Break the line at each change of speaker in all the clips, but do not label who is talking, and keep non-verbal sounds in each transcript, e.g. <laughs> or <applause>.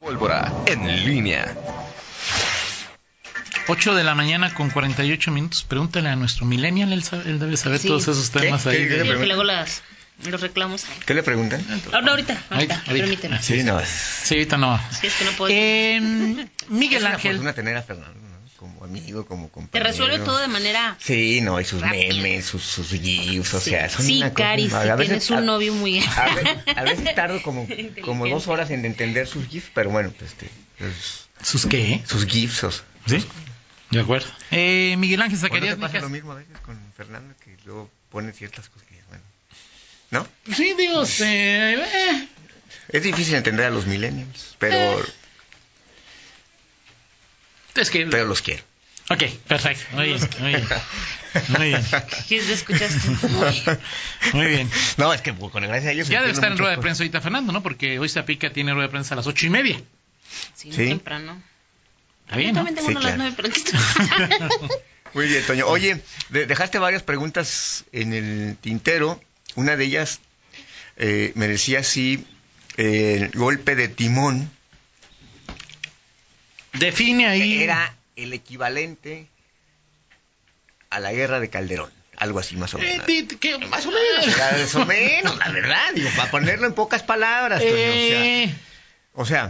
Pólvora en línea.
8 de la mañana con 48 minutos. Pregúntale a nuestro millennial, él, sabe- él debe saber todos esos temas
¿Qué?
ahí.
¿Qué?
de-
¿Qué?
Y luego las, los reclamos.
¿Qué le preguntan?
Ah, no, ahorita, ahorita,
Ahorita, ahorita.
permíteme.
Ah,
Sí, no.
<laughs>
Es
Sí, ahorita no. va.
Si es que no
Pues-
puedo.
Eh, Miguel
una
Ángel.
fortuna tener a Fernando, ¿no? Como amigo, como
Te
compañero.
resuelve todo de manera.
Sí, no, y sus
Rápido.
memes, sus, sus gifs, o
Sí,
sea, son
sí
una cosa
Cari, si
inmamable. A veces-
tienes
a-
un novio muy.
A
<laughs>
ve- a veces, tardo como, como dos
Inteligente.
horas en entender sus gifs, pero bueno, pues, este, sus-
¿Sus qué?
sus gifs. o sea,
¿Sí? De acuerdo. Eh, Miguel Ángel
¿O no te
Zacarías.
pasa
Mijas.
lo mismo a veces con Fernando que luego pone ciertas cosas que, bueno, ¿no?
Sí, digo, se- eh,
Es difícil entender a los millennials,
Eh.
pero,
es que...
pero los quiero.
Ok, perfecto. Muy bien, muy bien. Muy bien.
¿Qué escuchaste?
Muy bien.
<laughs> No, es que pues, con la gracia de ellos...
Ya debe
entiendo
estar en
muchas
rueda de
cosas.
prensa ahorita Fernando, ¿no? Porque hoy Zapica tiene rueda de prensa a las ocho y media.
Sí,
Sí.
muy temprano.
Está bien,
Yo
¿no?
también tengo
Sí,
uno a
claro.
las nueve, pero <laughs> aquí estoy.
Muy bien, Toño. Oye, de- dejaste varias preguntas en el tintero. Una de ellas eh, me decía si eh, el golpe de timón
Define ahí...
era el equivalente a la guerra de Calderón. Algo así, más o
Eh,
menos.
di- que-
Más o menos,
Eh,
más o menos, la verdad. Digo, para ponerlo en pocas palabras, Toño.
Eh,
O sea, o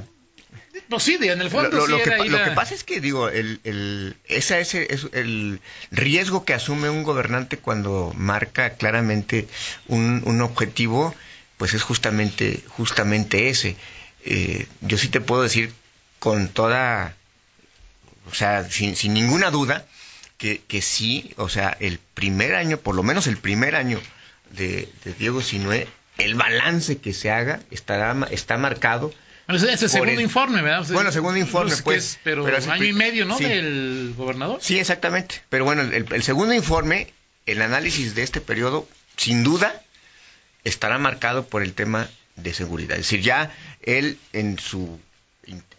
sea,
pues sí, digo, en el fondo
lo, lo-
sí
lo que,
era
pa-
ahí
lo
la-
que pasa es que, digo, el, el, esa es, es el riesgo que asume un gobernante cuando marca claramente un, un objetivo, pues es justamente, justamente ese. Eh, yo sí te puedo decir con toda, o sea, sin, sin ninguna duda, que, que sí, o sea, el primer año, por lo menos el primer año de, de Diego Sinué, el balance que se haga estará, ma- está marcado
Bueno, ese es el
por
segundo
el-
informe, ¿verdad? O sea,
Bueno, segundo informe,
que
pues,
es, pero
pero es el
año y
pri-
medio, ¿no?
sí.
Del gobernador.
Sí, exactamente. Pero bueno, el, el segundo informe, el análisis de este periodo, sin duda, estará marcado por el tema de seguridad. Es decir, ya él en su...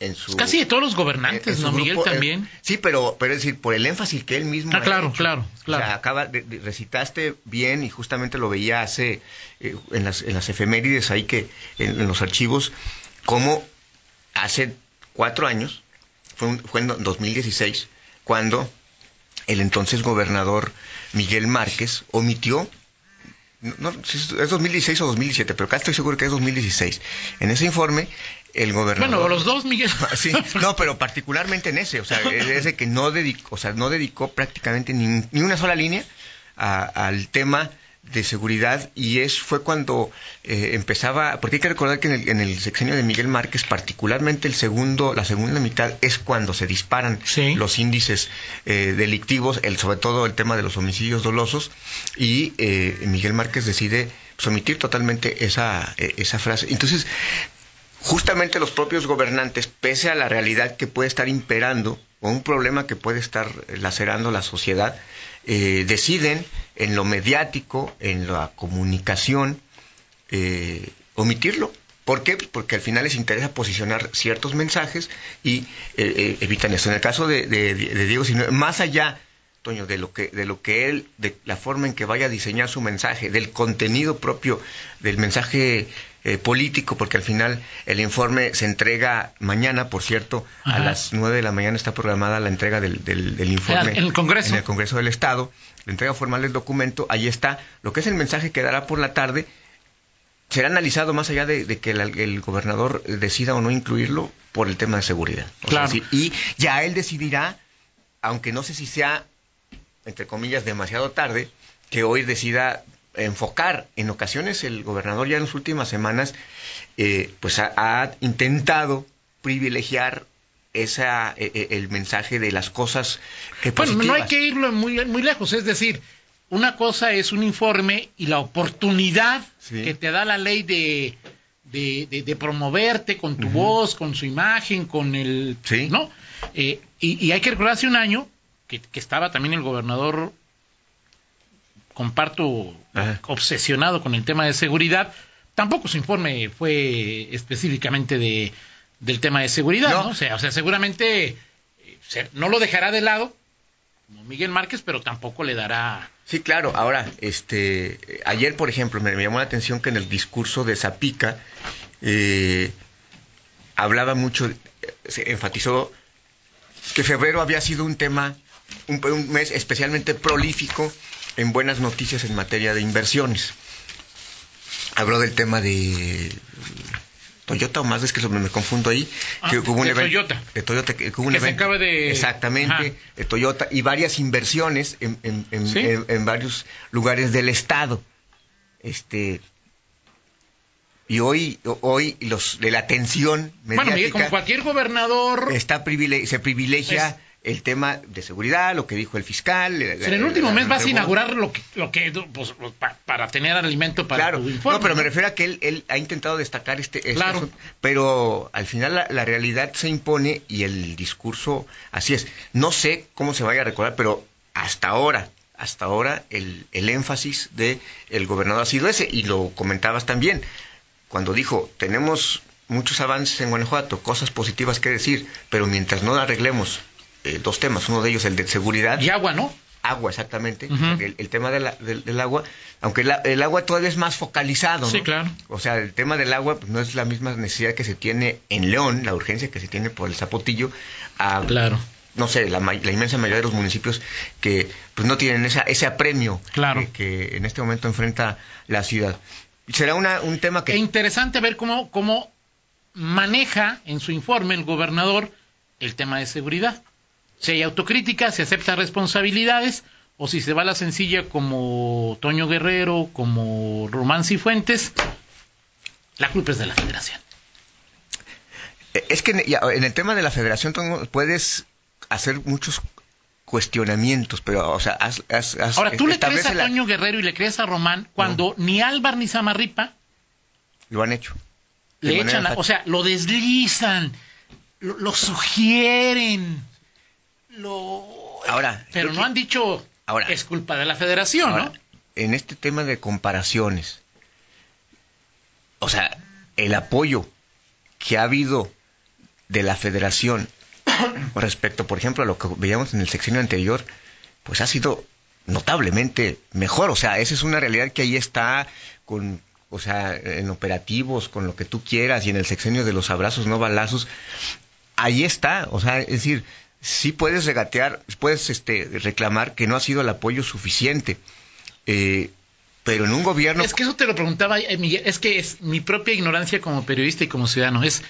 En su
Pues Casi de todos los
en- en
gobernantes,
su
¿no?
grupo,
Miguel
eh,
también.
sí, pero, pero es decir, por el énfasis que él mismo...
Ah,
ha
claro,
hecho.
claro, claro.
O sea, acaba de- de- recitaste bien y justamente lo veía hace eh, en, las, en las efemérides ahí que en, en los archivos cómo hace cuatro años fue, un- fue en do- 2016 cuando el entonces gobernador Miguel Márquez omitió no, no, si es es 2016 o 2017, pero acá estoy seguro que es 2016. En ese informe, el gobernador... Ah,
Bueno, los
<laughs>
dos, Miguel.
Sí, no, pero particularmente en ese, o sea, es ese que no dedicó, o sea, no dedicó prácticamente ni, ni una sola línea a- al tema de seguridad y es fue cuando eh, empezaba, porque hay que recordar que en el, en el sexenio de Miguel Márquez, particularmente el segundo, la segunda mitad es cuando se disparan
Sí.
los índices eh, delictivos, el, sobre todo el tema de los homicidios dolosos y eh, Miguel Márquez decide pues, omitir totalmente esa, eh, esa frase. Entonces, justamente los propios gobernantes, pese a la realidad que puede estar imperando o un problema que puede estar lacerando la sociedad, eh, deciden en lo mediático, en la comunicación, eh, omitirlo. ¿Por qué? Pues Porque al final les interesa posicionar ciertos mensajes y eh, eh, evitan eso. En el caso de, de- de Diego, Sinue, más allá, Toño, de lo que de lo que él, de la forma en que vaya a diseñar su mensaje, del contenido propio, del mensaje eh, político, porque al final el informe se entrega mañana, por cierto,
Ajá.
a las 9 de la mañana está programada la entrega del, del- del informe.
En el Congreso.
En el Congreso del Estado, la entrega formal del documento, ahí está. Lo que es el mensaje que dará por la tarde será analizado más allá de, de que el, el gobernador decida o no incluirlo por el tema de seguridad. O sea,
Claro.
sí, y ya él decidirá, aunque no sé si sea, entre comillas, demasiado tarde, que hoy decida enfocar. En ocasiones el gobernador ya en las últimas semanas eh, pues ha, ha intentado privilegiar esa eh, eh, el mensaje de las cosas que
Bueno, no hay
positivas.
que irlo muy, muy lejos. Es decir, una cosa es un informe y la oportunidad
Sí.
que te da la ley de, de, de- de promoverte con tu voz, con su imagen, con el...
Sí.
¿No? Eh, y, y hay que recordar hace un año que, que estaba también el gobernador, comparto,
Ajá.
obsesionado con el tema de seguridad. Tampoco su informe fue específicamente de, del tema de seguridad,
No.
¿no? O, sea, o sea, seguramente eh, se- no lo dejará de lado, como Miguel Márquez, pero tampoco le dará.
Sí, claro. Ahora, este, eh, ayer, por ejemplo, me, me llamó la atención que en el discurso de Zapica eh, hablaba mucho, eh, se enfatizó que febrero había sido un tema, un, un mes especialmente prolífico en buenas noticias en materia de inversiones. Habló del tema de Toyota o más es que me confundo ahí.
Ah,
que hubo un
de
evento-
Toyota.
De Toyota. Que, hubo un
Que se
evento-
acaba de-
Exactamente,
Ajá.
de eh, Toyota y varias inversiones en, en- en-
Sí.
en- en varios lugares del Estado. Este. Y hoy, hoy los, de la tensión mediática Este,
Bueno, Miguel, como cualquier gobernador,
está privile- se privilegia
Es-
el tema de seguridad, lo que dijo el fiscal. la- la-
en el último
la-
mes
eh, la-
vas a
la-
inaugurar lo que, lo que pues, pa- para tener alimento para
claro,
tu informe.
no, pero me refiero a que él, él ha intentado destacar este, este
Claro.
asunto, pero al final la, la realidad se impone y el discurso así es. No sé cómo se vaya a recordar, pero hasta ahora, hasta ahora el, el énfasis de el gobernador ha sido ese y lo comentabas también cuando dijo tenemos muchos avances en Guanajuato, cosas positivas que decir, pero mientras no arreglemos eh, dos temas, uno de ellos el de seguridad
Y agua, ¿no?
agua exactamente
Ujú.
el, el tema de la- del, del agua aunque la- el agua todavía es más focalizado
Sí,
¿no?
claro.
o sea el tema del agua pues, no es la misma necesidad que se tiene en León la urgencia que se tiene por el Zapotillo a
Claro.
no sé la, ma- la inmensa mayoría de los municipios que pues no tienen esa, ese apremio
Claro.
que, que en este momento enfrenta la ciudad será una, un tema que
E interesante ver cómo, cómo maneja en su informe el gobernador el tema de seguridad. Si hay autocrítica, si acepta responsabilidades, o si se va a la sencilla como Toño Guerrero, como Román Cifuentes, la culpa es de la federación.
Eh, Es que en, ya, en el tema de la federación Toño, puedes hacer muchos cuestionamientos, pero, o sea, has- has- has-
Ahora, tú le crees
establece
a
la-
Toño Guerrero y le crees a Román cuando ni Álvar ni Samarripa
Lo han hecho. De
le
manera
echan, la-
fácil.
o sea, lo deslizan, lo, lo sugieren, lo...
Ahora,
Pero
yo
no
que-
han dicho,
Ahora.
es culpa de la federación,
Ahora,
¿no?
En este tema de comparaciones, o sea, el apoyo que ha habido de la federación respecto, por ejemplo, a lo que veíamos en el sexenio anterior, pues ha sido notablemente mejor. O sea, esa es una realidad que ahí está con, o sea, en operativos, con lo que tú quieras y en el sexenio de los abrazos, no balazos. Ahí está, o sea, es decir, sí puedes regatear, puedes este, reclamar que no ha sido el apoyo suficiente, eh, pero en un gobierno...
Es que eso te lo preguntaba, eh, Miguel, es que es mi propia ignorancia como periodista y como ciudadano, es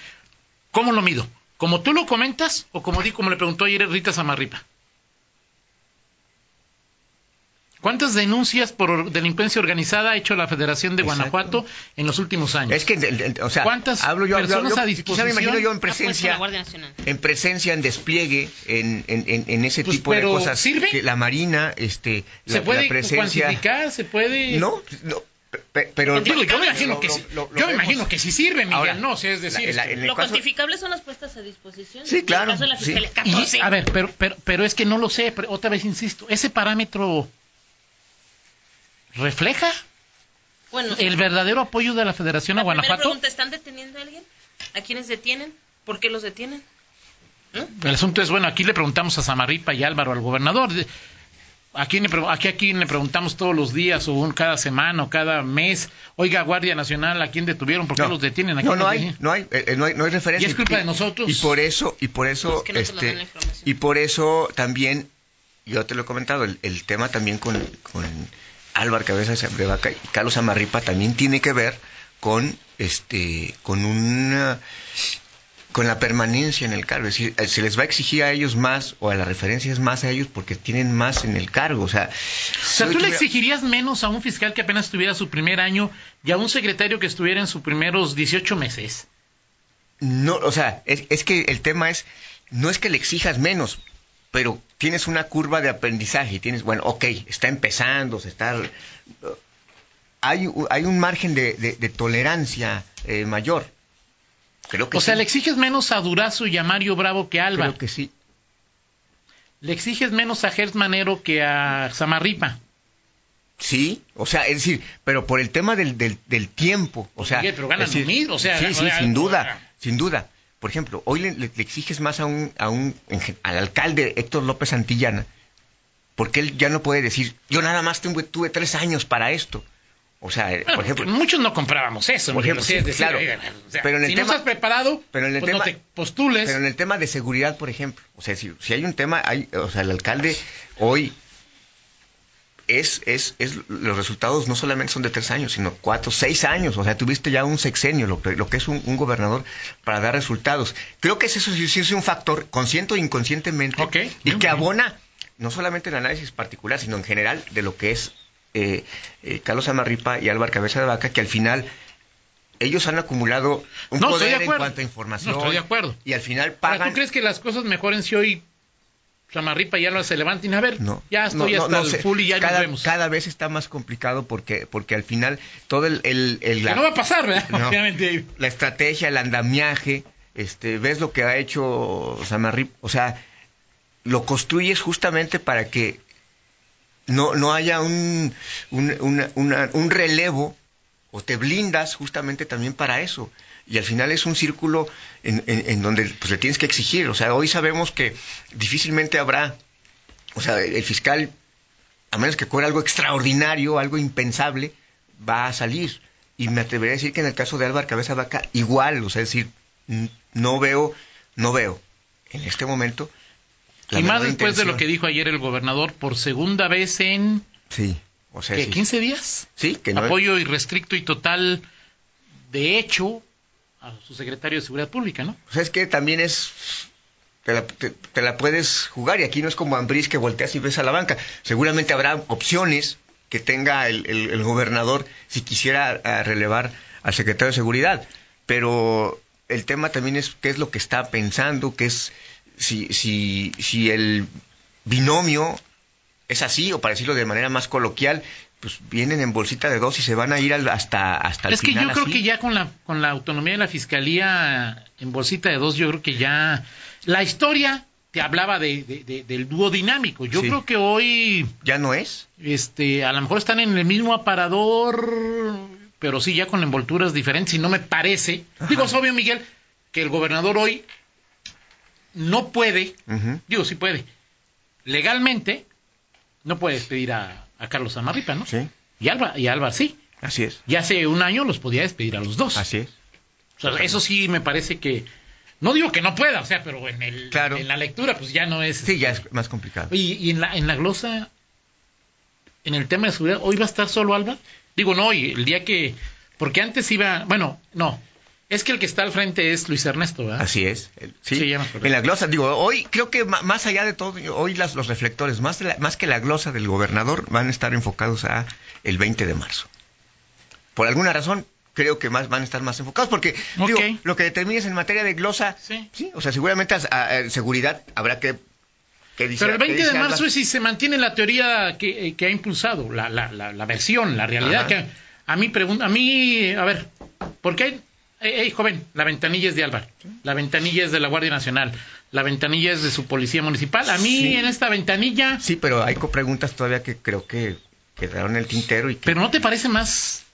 ¿cómo lo mido? ¿Como tú lo comentas o como, di, como le preguntó ayer Rita Samarripa? ¿Cuántas denuncias por or- delincuencia organizada ha hecho la Federación de
Exacto.
Guanajuato en los últimos años?
Es que, de- de- o sea,
¿Cuántas
hablo yo, hablo
personas
yo,
a
quizá
disposición
me imagino yo <laughs>
ha
en
Ha puesto
presencia,
la Guardia Nacional.
en presencia, en despliegue, en, en, en, en ese
Pues,
tipo de
pero,
cosas.
¿sirve?
Que la Marina, este, la,
¿Se puede
la presencia.
cuantificar? ¿Se puede...?
No, no, pe- pero.
Digo, yo me imagino
lo-
que
lo-
sí.
lo- lo
Yo me
vemos.
imagino que sí sirve, Miguel,
Ahora,
¿no? O sea, es decir...
la- la-
este,
en el
Lo
caso-
cuantificable son las puestas a disposición.
Sí, claro,
En el caso de la
sí.
Y,
fiscalía, 14.
a ver, pero, pero, pero es que no lo sé, pero otra vez insisto, ese parámetro refleja
bueno,
el verdadero apoyo de la Federación a
la primera
Guanajuato.
pregunta, ¿están deteniendo a alguien? ¿A quiénes detienen? ¿Por qué los detienen?
El asunto es, bueno, aquí le preguntamos a Samarripa y Álvaro, al gobernador, de- ¿a quién le, pre- aquí a quién le preguntamos todos los días o un- cada semana o cada mes? Oiga, Guardia Nacional, ¿a quién detuvieron? ¿Por qué
No.
los detienen? ¿A
No,
quién
no
los
hay,
detienen?
no hay, eh, eh, no hay, no hay referencia.
Y es culpa de nosotros.
Y por eso, y por eso,
Pues que no te lo
este,
dan la información.
y por eso también, yo te lo he comentado, el, el tema también con, con Álvaro Cabezas de Vaca y Carlos Amarripa también tiene que ver con, este, con una, con la permanencia en el cargo. Es decir, eh, se les va a exigir a ellos más, o a las referencias más a ellos, porque tienen más en el cargo. O sea,
O sea, ¿tú le exigirías menos a un fiscal que apenas tuviera su primer año y a un secretario que estuviera en sus primeros 18 meses?
No, o sea, es, es que el tema es, no es que le exijas menos, pero tienes una curva de aprendizaje, y tienes, bueno, ok, está empezando, se está... Hay, u- hay un margen de, de- de tolerancia eh, mayor. Creo que
O sea,
sí.
le exiges menos a Durazo y a Mario Bravo que a Álvaro.
Creo que sí.
Le exiges menos a Gertz Manero que a Samarripa.
Sí, o sea, es decir, pero por el tema del, del, del tiempo, o
Pues,
sea,
Miguel, pero ganan
es decir,
lo mismo, o sea,
sí,
o
sí,
sea,
sin
o
duda,
sea.
sin duda. Por ejemplo, hoy le, le- le exiges más a un, a un en gen- al alcalde Héctor López Santillana, porque él ya no puede decir, yo nada más tengo, tuve tres años para esto, O sea,
Bueno,
por ejemplo,
muchos no comprábamos eso,
Por
Miguel,
ejemplo,
o sea, es
sí,
decir,
claro.
oigan, o sea,
Pero en el
si no
tema-
estás preparado,
pero en el
pues no
tema-
te postules.
Pero en el tema de seguridad, por ejemplo, o sea, si, si hay un tema, hay, o sea, el alcalde hoy es, es, es, los resultados no solamente son de tres años, sino cuatro, seis años, o sea, tuviste ya un sexenio, lo, que- lo que es un, un gobernador para dar resultados. Creo que es eso sí sí es un factor, consciente o inconscientemente,
Ok,
y
muy
que
bien.
abona no solamente el análisis particular, sino en general de lo que es eh, eh, Carlos Amarripa y Álvaro Cabeza de Vaca, que al final ellos han acumulado un
No, estoy de
poder en
acuerdo.
cuanto a información.
No, estoy de acuerdo.
Y al final
Ahora,
pagan.
Ah, ¿Tú crees que las cosas mejoren si hoy Chamarripa ya no se levanten? A ver,
No,
ya
no,
estoy
no,
hasta
no
el
sé.
full y ya
cada,
nos vemos.
cada vez está más complicado porque, porque al final todo el, el- el-
Que
la,
no va a pasar, ¿verdad?
No.
Obviamente.
la estrategia, el andamiaje, este, ves lo que ha hecho Samarrip, o sea, lo construyes justamente para que no, no haya un, un, una- una- un relevo o te blindas justamente también para eso. Y al final es un círculo en, en- en donde pues, le tienes que exigir. O sea, hoy sabemos que difícilmente habrá, o sea, el fiscal, a menos que ocurra algo extraordinario, algo impensable, va a salir. Y me atrevería a decir que en el caso de Álvaro Cabeza Vaca, igual, o sea, es decir, n- no veo, no veo en este momento. la
Y más
menor
después de lo
intención.
que dijo ayer el gobernador por segunda vez en
Sí, o sea,
¿qué,
sí.
15 días.
Sí, que no-
Apoyo irrestricto y total, de hecho, a su secretario de Seguridad Pública, ¿no?
Pues es que también es. Te la, te- te la puedes jugar y aquí no es como Ambriz que volteas y ves a la banca. Seguramente habrá opciones que tenga el, el- el gobernador si quisiera ah, relevar al secretario de Seguridad. Pero el tema también es qué es lo que está pensando, qué es. Si, si, si el binomio es así, o para decirlo de manera más coloquial, pues vienen en bolsita de dos y se van a ir al- hasta, hasta el
es que
final.
yo creo
así.
que ya con la, con la autonomía de la fiscalía en bolsita de dos, yo creo que ya la historia te hablaba de, de- de- del dúo dinámico. Yo
Sí.
creo que hoy,
Ya no es.
este, a lo mejor están en el mismo aparador, pero sí ya con envolturas diferentes y no me parece. Digo, es obvio, Miguel, que el gobernador hoy no puede,
Ujú.
digo, sí puede, legalmente no puede despedir a, a Carlos Amarripa, ¿no?
Sí.
Y Alba, y Alba sí.
Así es.
Y hace un año los podía despedir a los dos.
Así es.
O sea, eso sí me parece que. No digo que no pueda, o sea, pero en, el,
Claro.
en la lectura, pues ya no es.
Sí, ya es más complicado.
Y, y en, la, en la glosa, en el tema de seguridad, ¿hoy va a estar solo Alba? Digo, no, hoy, el día que. Porque antes iba. Bueno, no. Es que el que está al frente es Luis Ernesto, ¿verdad?
Así es. El- Sí,
Sí, ya me acordé.
en la glosa, digo, hoy creo que ma- más allá de todo, hoy las, los reflectores, más, de la- más que la glosa del gobernador, van a estar enfocados a el 20 de marzo. Por alguna razón, creo que más van a estar más enfocados, porque
Ok.
digo, lo que determines en materia de glosa,
Sí.
sí, o sea, seguramente as- a- a seguridad habrá que... que dice-
Pero el
que
20 de
dice
marzo
Alba.
es si se mantiene la teoría que, eh, que ha impulsado, la, la, la, la versión, la realidad
Ajá.
que a mí pregunta, a mí, eh, a ver, ¿por qué? Ey, ey, joven, la ventanilla es de Álvaro, la ventanilla es de la Guardia Nacional, la ventanilla es de su policía municipal. A mí
Sí.
en esta ventanilla,
Sí, pero hay co- preguntas todavía que creo que quedaron en el tintero y que...
pero ¿no te parece más,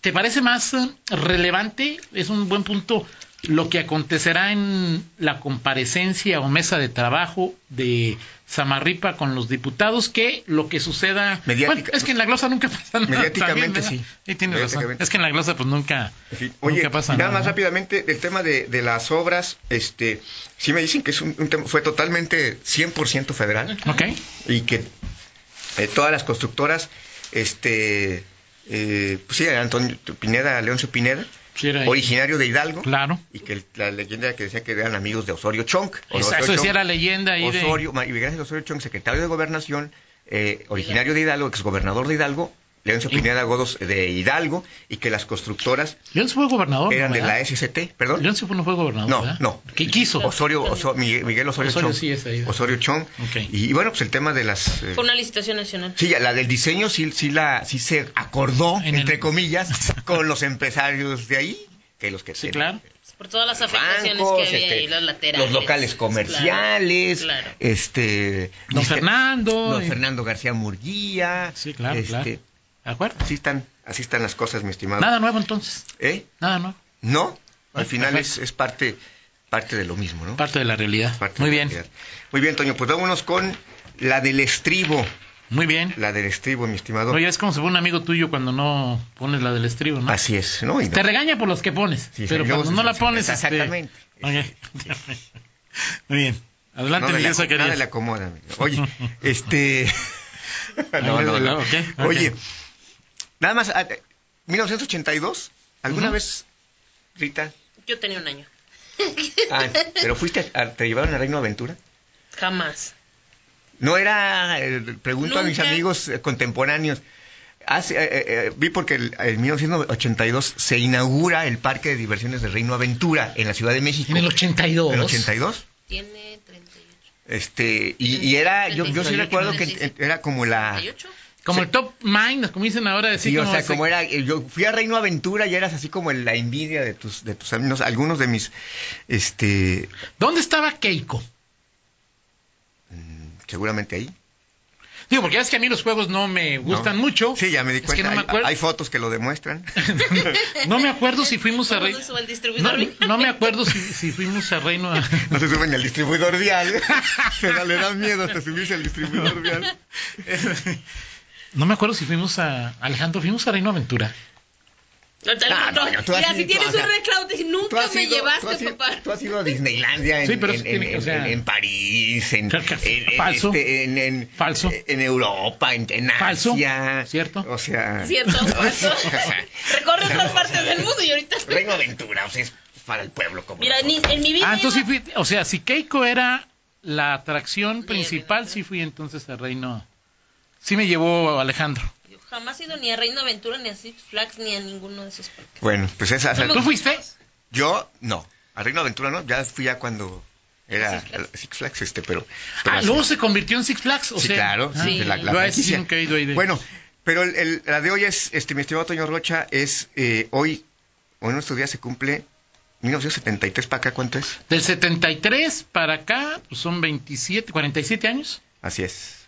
te parece más eh, relevante? Es un buen punto lo que acontecerá en la comparecencia o mesa de trabajo de Samarripa con los diputados que lo que suceda.
Mediática-
Bueno, es que en la glosa nunca pasa nada.
Mediáticamente,
también, ¿verdad?
sí.
Sí, tienes razón.
Mediáticamente.
Es que en la glosa pues nunca,
Sí.
nunca pasa
y
nada. ¿eh?
nada más rápidamente, del tema de, de las obras, este, sí me dicen que es un, un tema, fue totalmente 100% federal
Ok.
y que eh, todas las constructoras, este, eh, pues sí, Antonio Pineda, Leoncio Pineda,
Sí, era ahí.
originario de Hidalgo,
Claro.
y que el- la leyenda que decía que eran amigos de Osorio Chonk. o de
Esa-
Osorio
Eso decía
Chong.
la leyenda ahí de.
Osorio, Ma- Miguel Ángel Osorio Chong, secretario de Gobernación, eh, originario de Hidalgo, exgobernador de Hidalgo, Leoncio
Y-
Pineda Godos de Hidalgo, y que las constructoras
Leoncio fue gobernador.
eran
¿no,
de la
verdad?
SCT, perdón.
Leoncio fue- no fue gobernador.
No,
¿verdad?
no.
¿Qué quiso?
Osorio, Oso- Miguel, Miguel Osorio,
Osorio
Chong.
sí es ahí.
Osorio Chong.
Ok.
Y, y bueno, pues el tema de las... eh,
Fue una licitación nacional.
Sí, ya, la del diseño sí, sí, la, sí se acordó,
En el-
entre comillas, con los empresarios de ahí, que los que...
Sí,
tienen
claro.
Pues, Por todas las afectaciones
Bancos,
que había
este,
ahí, las laterales.
los locales comerciales,
Claro, claro.
este...
Don
dice-
Fernando.
Don
y-
Fernando García Murguía.
Sí, claro,
este,
claro. ¿De acuerdo?
Así están, así están las cosas, mi estimado.
Nada nuevo entonces.
¿Eh?
Nada nuevo.
No, al
Ah,
final es,
perfecto.
es parte, parte de lo mismo, ¿no?
Parte de la realidad.
parte
Muy
de la
bien.
realidad. Muy bien, Toño, pues vámonos con la del estribo.
Muy bien.
La del estribo, mi estimado.
No, ya es como si fuera un amigo tuyo cuando no pones la del estribo, ¿no?
Así es, ¿no? Y no-
Te regaña por las que pones,
Sí,
pero
sí, luego
cuando
se-
no la
se-
pones... este,
Exactamente.
<laughs> ok. Muy bien.
No
Adelante,
me
Miguel
la,
Zacarías.
nada le acomoda. Miguel.
<laughs>
Oye, este. <laughs> no,
Ah,
no, no.
ok, ok.
Oye, nada más, ah, 1982, ¿alguna
Ujú.
vez, Rita?
Yo tenía un año.
Ah, pero fuiste, a- a- ¿te llevaron a Reino Aventura?
Jamás.
No era, eh, pregunto a mis
Nunca.
amigos eh, contemporáneos. Hace, eh, eh, eh, vi porque el- en 1982 se inaugura el Parque de Diversiones de Reino Aventura en la Ciudad de México.
En el 82.
¿En el 82?
Tiene 38.
Este, y, y era, yo, yo sí
38,
recuerdo que eh, era como la...
¿38?
Como
Sí.
el top mind, como dicen ahora. Así
Sí, o
como este,
sea,
ese-
como era, eh, yo fui a Reino Aventura y eras así como la envidia de tus, de tus amigos, algunos de mis, este,
¿Dónde estaba Keiko?
seguramente ahí.
Digo, porque ya es que a mí los juegos no me
¿no?
gustan mucho.
Sí, ya me di
Es
cuenta.
que no me
hay-
acuerdo.
hay fotos que lo demuestran.
No me acuerdo si fuimos a
¿Cómo
Reino.
se sube el
No,
distribuidor?
no me acuerdo si, si fuimos a Reino.
No se suben al distribuidor vial. <laughs> Se da- le da miedo hasta subirse al distribuidor vial.
No me acuerdo si fuimos a. Alejandro, fuimos a Reino Aventura.
Ahorita le
No,
pregunto.
Ah, no, no, tú has
Mira,
ido,
si
tú
tienes
has-
un reclamo,
Tú
nunca
has
me
ido-
llevaste,
tú has ido-
papá.
Tú has ido a Disneylandia en,
Sí, pero
en,
eso tiene
en-
que- o sea-
en- en París, en,
Claro que-
en- en-
falso.
este, en- en-
Falso.
en Europa, en, en
Falso.
Asia.
Cierto.
O sea, <laughs>
Cierto, falso. Recorre otras partes del mundo y ahorita.
Reino Aventura, o sea, es para el pueblo como
Mira, ni,
nosotros.
en mi vida.
Ah, entonces sí
iba-
fui. O sea, si Keiko era la atracción
Reino
principal,
Aventura.
sí fui entonces a Reino. Sí me llevó Alejandro.
Yo jamás he ido ni a Reino Aventura, ni a Six Flags, ni a ninguno de esos parques.
Bueno, pues esa. o sea,
No me
¿Tú
gustan
fuiste? Ah,
los-
Yo no. A Reino Aventura no. Ya fui ya cuando era
Six Flags.
Six Flags, este, pero. pero
Ah,
así-
luego se convirtió en Six Flags. O
sí,
sea,
claro.
Ah,
sí,
sí.
la- la
yo a ese
franquicia.
nunca he ido ahí de-
Bueno, pero el- el- la de hoy es, este, mi estimado Toño Rocha, es eh, hoy, hoy en estos días se cumple 1973 para acá, ¿cuánto es?
Del 73 para acá, pues son 27, 47 años.
Así es.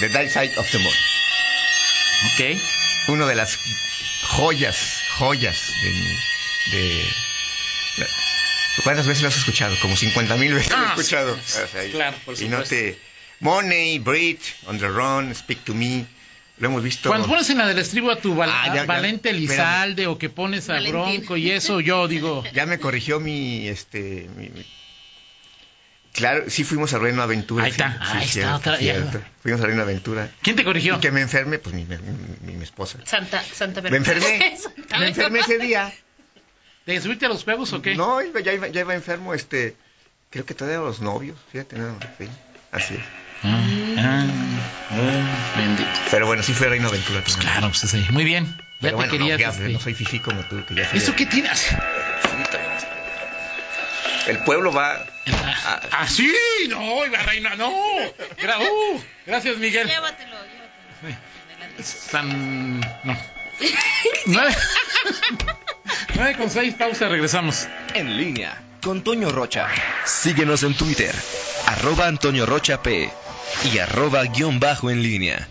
The Dark Side of the Moon.
Ok.
Una de las joyas, joyas de... mi- de la- ¿Cuántas veces lo has escuchado? Como 50 mil veces lo
Ah,
he escuchado.
sí,
O sea, y-
claro, por
Y no
supuesto.
te... Money, Breathe, On the Run, Speak to Me. Lo hemos visto.
Cuando pones en la del estribo a tu val-
Ah,
a
ya, ya.
Valente
Espérame.
Elizalde o que pones a
Valentín.
Bronco y eso, yo <laughs> digo,
Ya me corrigió mi, este, mi- mi- Claro, sí fuimos a Reino Aventura.
Ahí está,
sí,
ahí
sí,
está
cierto,
otra- ya.
cierto. Fuimos a Reino Aventura.
¿quién te corrigió?
Y que me enferme, pues mi, mi- mi esposa.
Santa, Santa
Me
<laughs>
enfermé,
<laughs> Santa
me enfermé ese día.
¿Te subiste a los juegos o qué?
No, iba- ya iba, ya iba enfermo, este, creo que todavía los novios, fíjate, no, sí, así es.
Ah, ah, ah, bendito.
Pero bueno, sí fue Reino Aventura.
Pues
también.
claro, pues ahí. Muy bien. Ya
Pero
te
bueno, no,
querías.
ya,
este,
no soy fifí como tú, que ya soy-
¿Eso qué Ah, tienes?
El pueblo va...
Ah, ah, sí, no, iba reina, no. Gra- uh, gracias, Miguel.
Llévatelo, llévatelo.
San. No. <laughs> Nueve. Nueve con seis, pausa, regresamos.
En línea con Toño Rocha. Síguenos en Twitter, arroba Antonio Rocha P y arroba guión bajo en línea.